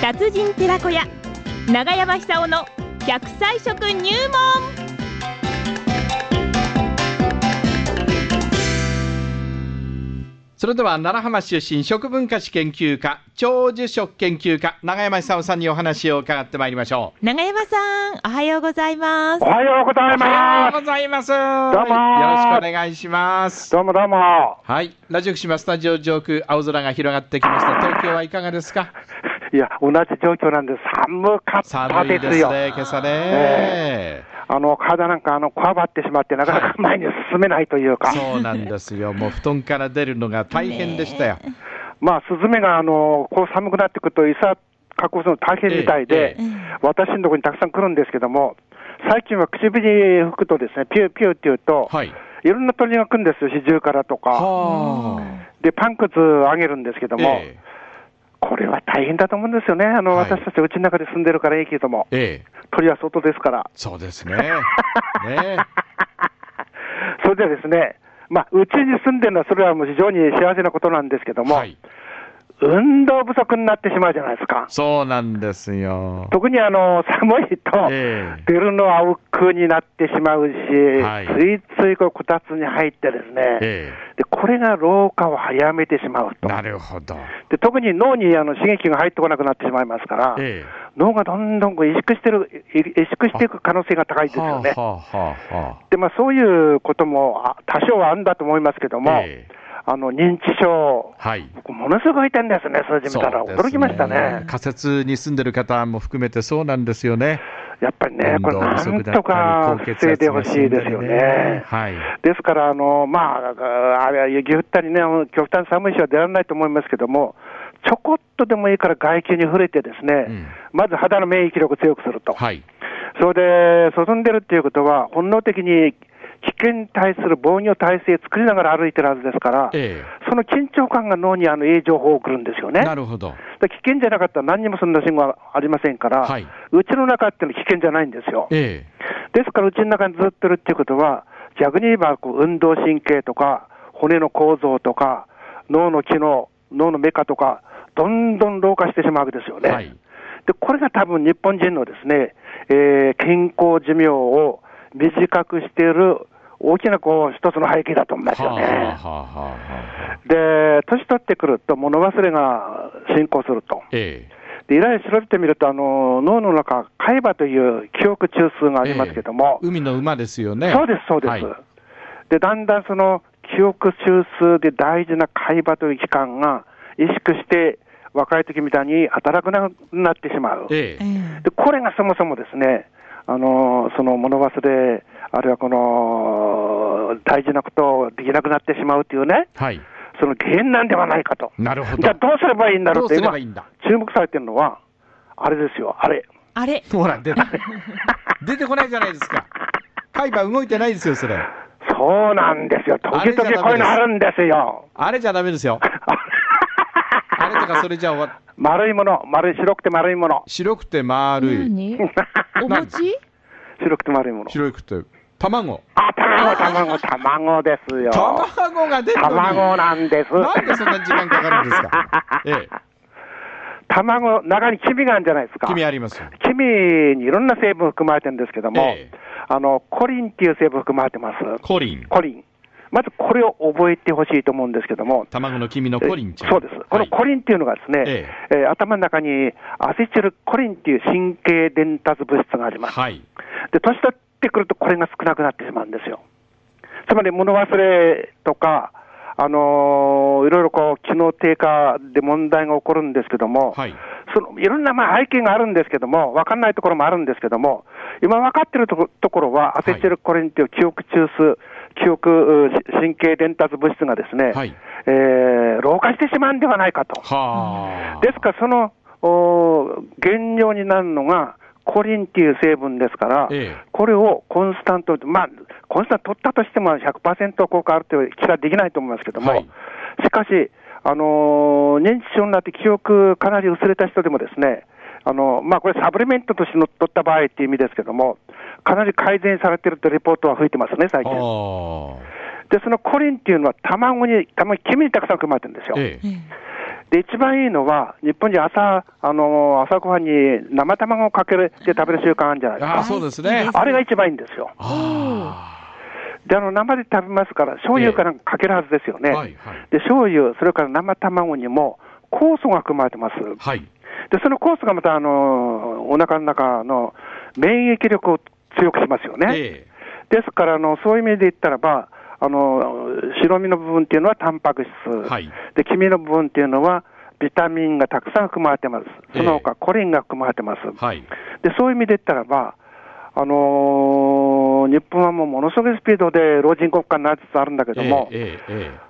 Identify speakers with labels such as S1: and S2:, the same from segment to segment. S1: 達人寺子屋長山久夫の百歳食入門
S2: それでは奈良浜市出身食文化史研究家長寿食研究家永山久夫さんにお話を伺ってまいりましょう
S1: 長山さんおはようございます
S3: おはようござい
S2: おは
S3: ま
S2: よう
S3: す。
S2: ございますどう
S3: どうも
S2: よろしくお願いします
S3: どうもどうも。
S2: はいラジオ福島スタジオ上空青空が広がってきました東京はいかがですか
S3: いや、同じ状況なんで寒かった
S2: 寒い
S3: で
S2: ですす
S3: よ。
S2: ね今朝ね、
S3: えあの、体なんかあの、こわばってしまって、なかなか前に進めないというか、
S2: そうなんですよもう布団から出るのが大変でしたよ、
S3: まあ、スズメがあの、こう寒くなってくると、餌確保するの大変みたいで、
S2: えええ
S3: 私のところにたくさん来るんですけども、最近は唇に吹くとですね、ピューピューって言うと、、
S2: はいい
S3: ろんな鳥が来るんですよ、シジュウカラとか。
S2: は
S3: で、パンくずあげるんですけど
S2: あ
S3: も、
S2: え
S3: これは大変だと思うんですよね。あの、
S2: はい
S3: 私たちうちの中で住んでるからいいけども
S2: え、ええ
S3: 鳥は外ですから。
S2: そうですねねえ
S3: それでですね、まあ、うちに住んでるのは、それはもう非常に幸せなことなんですけ ども、
S2: はい
S3: 運動不足になってしまうじゃないですか。
S2: そうなんですよ
S3: 特にあの寒いと、
S2: ええ
S3: 出るのは億劫になってしまうし、
S2: はい
S3: ついついこうこたつに入ってですね、
S2: え
S3: で、これが老化を早めてしまう
S2: え
S3: と、
S2: なるほど
S3: で特に脳にあの刺激が入ってこなくなってしまいますから、
S2: ええ
S3: 脳がどんどんこう萎縮してるい萎縮していく可能性が高いですよね。
S2: はあはあはあはあ
S3: でまあ、そういうこともあ多少はあるんだと思いますけども、
S2: ええ
S3: あの認知症、
S2: はい
S3: 僕、ものすごい痛いんですね、数字見たら、
S2: そうです
S3: 驚きましたね。
S2: 仮設に住んでる方も含めてそうなんですよね。
S3: やっぱりね、これ、
S2: 運動不
S3: な
S2: 足
S3: ん
S2: だったり
S3: とか
S2: 高血
S3: 防い
S2: 圧
S3: で
S2: が
S3: ほしいですよね。
S2: はい。
S3: ですから、あのまあ、ああれは雪降ったりね、極端に寒い日は出られないと思いますけども、ちょこっとでもいいから外気に触れて、ですね、
S2: うん
S3: まず肌の免疫力を強くすると、
S2: はい。
S3: それで進んでるっていうことは、本能的に危険に対する防御体制作りながら歩いてるはずですから、
S2: え
S3: その緊張感が脳にあのいい情報を送るんですよ
S2: え
S3: ね。
S2: なるほど。
S3: で危険じゃなかったら何にもそんな信号はありませんから、
S2: はいう
S3: ちの中っていうのは危険じゃないんですよ。
S2: え
S3: ですから、うちの中にずっといるっていうことは、逆に言えばこう運動神経とか、骨の構造とか、脳の機能、脳のメカとか、どんどん老化してしまうわけですよ
S2: え
S3: ね。
S2: はい。
S3: でこれが多分日本人のですね、えー健康寿命を短くしている大きなこう一つの背景だと思います
S2: はあ
S3: よね。
S2: はあはあはあはあ。
S3: で、年取ってくると物忘れが進行すると。
S2: え
S3: で、いろいろ調べてみると、あの、脳の中、海馬という記憶中枢が
S2: え
S3: ありますけども、
S2: ええ海の馬ですよね。
S3: そうです、そうです、
S2: はい
S3: で、だんだんその記憶中枢で大事な海馬という器官が萎縮して、若い時みたいに働かなくなってしまう。で、
S2: ええ
S3: これがそもそもですね、あの、その物忘れ、あるいはこの、大事なことをできなくなってしまうというね、
S2: はい。
S3: その原因なんではないかと。
S2: なるほど。
S3: じゃあどうすればいいんだろうって
S2: どうすれ
S3: 今
S2: ばいいんだ
S3: 注目されてるのは、あれですよ、あれ。
S1: あれ
S2: ほら、出 た。出てこないじゃないですか。海馬動いてないですよ、それ。
S3: そうなんですよ。
S2: あ
S3: 時
S2: れじゃダメです
S3: 々こういうのあるんですよ。
S2: あれじゃダメです よ。あれとかそれじゃ終わっ
S3: 丸いもの、丸い、白くて丸いもの。
S2: 白くて丸い。
S1: 何お
S2: なん
S1: 餅
S3: 白くて丸いもの。
S2: 白くて。卵。
S3: あ、卵、卵、卵ですよ。
S2: 卵が出るのに
S3: 卵なんです。
S2: なんでそんな時間かかるんです か。ええ、
S3: 卵、中に黄身があるんじゃないですか。
S2: 君ありますよ。
S3: 黄身にいろんな成分含まれてるんですけども、
S2: ええ
S3: あの、コリンっていう成分含まれてます。
S2: コリン。
S3: コリン。まずこれを覚えてほしいと思うんですけども、
S2: 卵の君のコリンちゃん。
S3: そうです、この
S2: はい
S3: コリンっていうのがですね、
S2: え
S3: えー頭の中にアセチルコリンっていう神経伝達物質があります、
S2: はい。
S3: で年取ってくるとこれが少なくなってしまうんですよ、つまり物忘れとか、あのーいろいろこう機能低下で問題が起こるんですけども、
S2: はい。
S3: そのいろんなまあ背景があるんですけども、分かんないところもあるんですけども、今分かってるとこところは、アセチルコリンという記憶中枢、記憶うし神経伝達物質がですね、
S2: はい
S3: えー老化してしまうんではないかと。
S2: はあ。
S3: ですから、そのおー原料になるのが、コリンっていう成分ですから、
S2: ええ
S3: これをコンスタント、まあ、コンスタント取ったとしても100%効果あるという気はできないと思いますけども、
S2: はい
S3: しかし、あのー認知症になって記憶かなり薄れた人でもですね、あのまあ、これ、サプリメントとしての取った場合っていう意味ですけども、かなり改善されてるというレポートは吹いてますね、最近。
S2: はあ。
S3: で、そのコリンっていうのは、卵に、卵、黄身にたくさん含まれてるんですよ。
S2: ええ。
S1: え
S3: で、一番いいのは、日本に朝、あのー朝ごはんに生卵をかけて食べる習慣あるんじゃないです
S2: あ
S3: か。
S2: あ、そうですね。
S3: あれが一番いいんですよ。
S2: あ
S3: で、あの、生で食べますから、醤油かなんかかけるはずですよ
S2: あ、
S3: ね。
S2: はいはい。
S3: で、醤油、それから生卵にも、酵素が含まれてます。
S2: はい。
S3: で、その酵素がまた、あのーお腹の中の免疫力を強くしますよね。
S2: え
S3: ですからあの、そういう意味で言ったらば、あの白身の部分っていうのはタンパク質、
S2: はい
S3: で黄身の部分っていうのはビタミンがたくさん含まれてます、その
S2: え
S3: 他コリンが含まれてます、
S2: えはい。
S3: でそういう意味で言ったらば、あのー日本はもうものすごいスピードで老人国家になりつつあるんだけども、
S2: えええ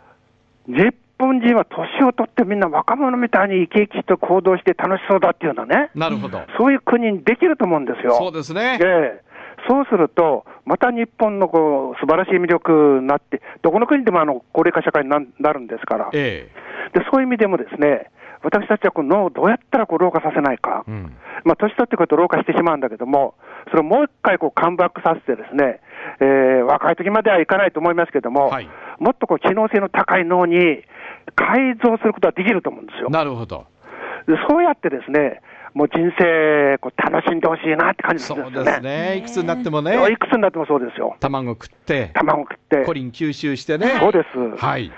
S2: え
S3: 日本人は年を取ってみんな若者みたいに生き生きと行動して楽しそうだっていうのはね
S2: え、なるほど。
S3: そういう国にできると思うんですよ。
S2: そうですね。
S3: ええそうすると、また日本のこう素晴らしい魅力になって、どこの国でもあの高齢化社会にななるんですから、で
S2: え
S3: そういう意味でも、ですね私たちはこの脳をどうやったらこう老化させないか、
S2: えうん。
S3: まあ、年取ってくると老化してしまうんだけども、それをもう一回こうカムバックさせて、ですね、えー若い時まではいかないと思いますけども、
S2: はい
S3: もっとこう知能性の高い脳に改造することはできると思うんですよ。
S2: なるほど。
S3: でそうやってですねもう人生こう楽しんでほしいなって感じす
S2: そ
S3: るん
S2: う
S3: ですよ
S2: です
S3: ね。
S2: ね。いくつになってもね、
S3: いくつになってもそうですよ。
S2: 卵食って、
S3: 卵食って。
S2: コリン吸収してね。
S3: そうです。
S2: はい。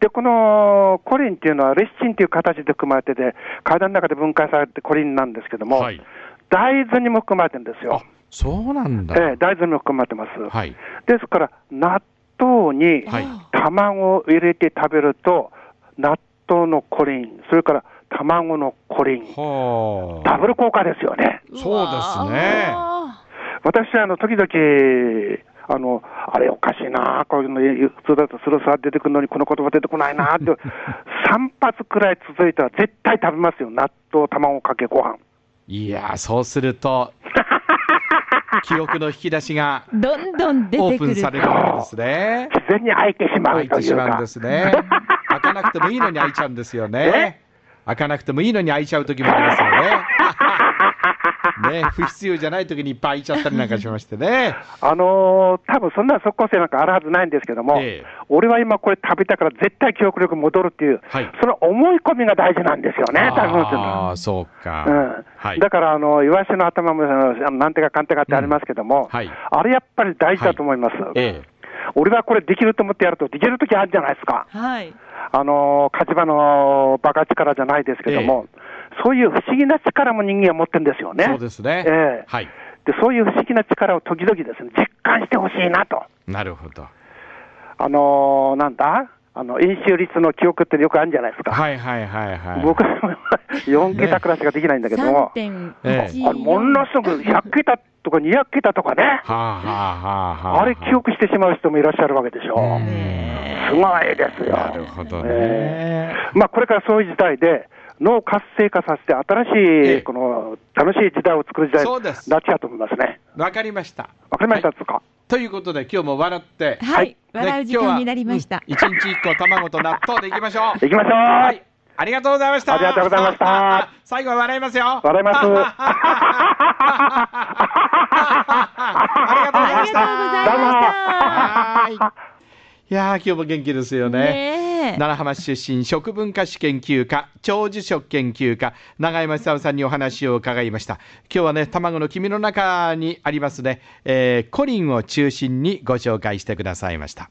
S3: で、このコリンっていうのはレシチンっていう形で含まれてて、体の中で分解されてコリンなんですけども、
S2: はい。
S3: 大豆にも含まれてるんです
S2: あ
S3: よ。、
S2: そうなんだ。
S3: ええ大豆にも含まれてます。
S2: はい。
S3: ですから、納豆に
S2: はい
S3: 卵を入れて食べると、納豆のコリン、それから卵のコリン、
S2: はあ。
S3: ダブル効果ですよね。
S2: そうですね
S3: 私はあの時々あの、あれおかしいな、こういうの、普通だとスロスは出てくるのに、この言葉出てこないなって、3発くらい続いたら、絶対食べますよ、納豆、卵かけご飯
S2: いやー、そうする と、記憶の引き出しが
S1: どんどん出
S2: オ
S1: て
S2: ープ
S1: く
S2: ン
S1: る
S2: されるわけですね。
S3: 自然に開いてしま
S2: 開
S3: う
S2: い
S3: と
S2: て
S3: い
S2: し
S3: う
S2: まうん
S3: か
S2: で、すね。開かなくてもいいのに開いちゃうんですよね。開かなくてもいいのに開いちゃう時もありますよね。 ね、不必要じゃない時にいっぱい開いちゃったりなんかしましてね。
S3: あのー、多分そんな即効性なんかあるはずないんですけども、
S2: ええ
S3: 俺は今これ食べたから絶対記憶力戻るっていう、
S2: はい
S3: その思い込みが大事なんですよね、多分っていうのは
S2: ああ、そうか。
S3: うん
S2: はい。
S3: だからあの、イワシの頭もあのなんてかかんてかってありますけども、
S2: うんはい
S3: あれやっぱり大事だと思います、
S2: ええ。
S3: 俺はこれできると思ってやると、できるときあるじゃないですか、
S1: はい。
S3: あの勝ち場のバカ力じゃないですけども、そういう不思議な力も人間は持ってるんですよね。
S2: そうですね。
S3: ええ
S2: はい。
S3: でそういう不思議な力を時々ですね、実感してほしいなと。
S2: なるほど。
S3: あのなんだあの、飲酒率の記憶ってよくあるんじゃないですか。
S2: はいはいはいはい。
S3: 僕は 4桁クラスができないんだけど
S1: 三
S3: も、
S1: 点
S2: ええ
S1: 一。
S3: あれものすごく100桁とか200桁とかね。
S2: はあはあはあはあ。
S3: あれ、記憶してしまう人もいらっしゃるわけでしょ。すごいですよ。
S2: なるほどね。
S3: ええまあ、これからそういう時代で、脳を活性化させて、新
S2: え
S3: し
S2: え
S3: いこの楽しい時代を作る時代
S2: そう
S3: に
S2: です
S3: なっちゃうと思いますね。
S2: わかりました。
S3: わかりました
S2: はい
S3: ですか、
S2: ということで、今日も笑って。
S1: はい。
S2: ね
S1: 笑う時間になりました。
S2: 今日はうん一日一個卵と納豆でいきましょう。
S3: 行きましょう、
S2: はい。ありがとうございました。
S3: ありがとうございました
S2: 最後は笑いますよ。
S3: 笑 います
S2: ありがとうございまし。
S1: ありがとうございましたた
S2: はーいいやー、今日も元気ですよね。
S1: ねえ。
S2: 奈良浜市出身食文化史研究家長寿食研究家永山久夫さんにお話を伺いました今日はね卵の黄身の中にありますね、えーコリンを中心にご紹介してくださいました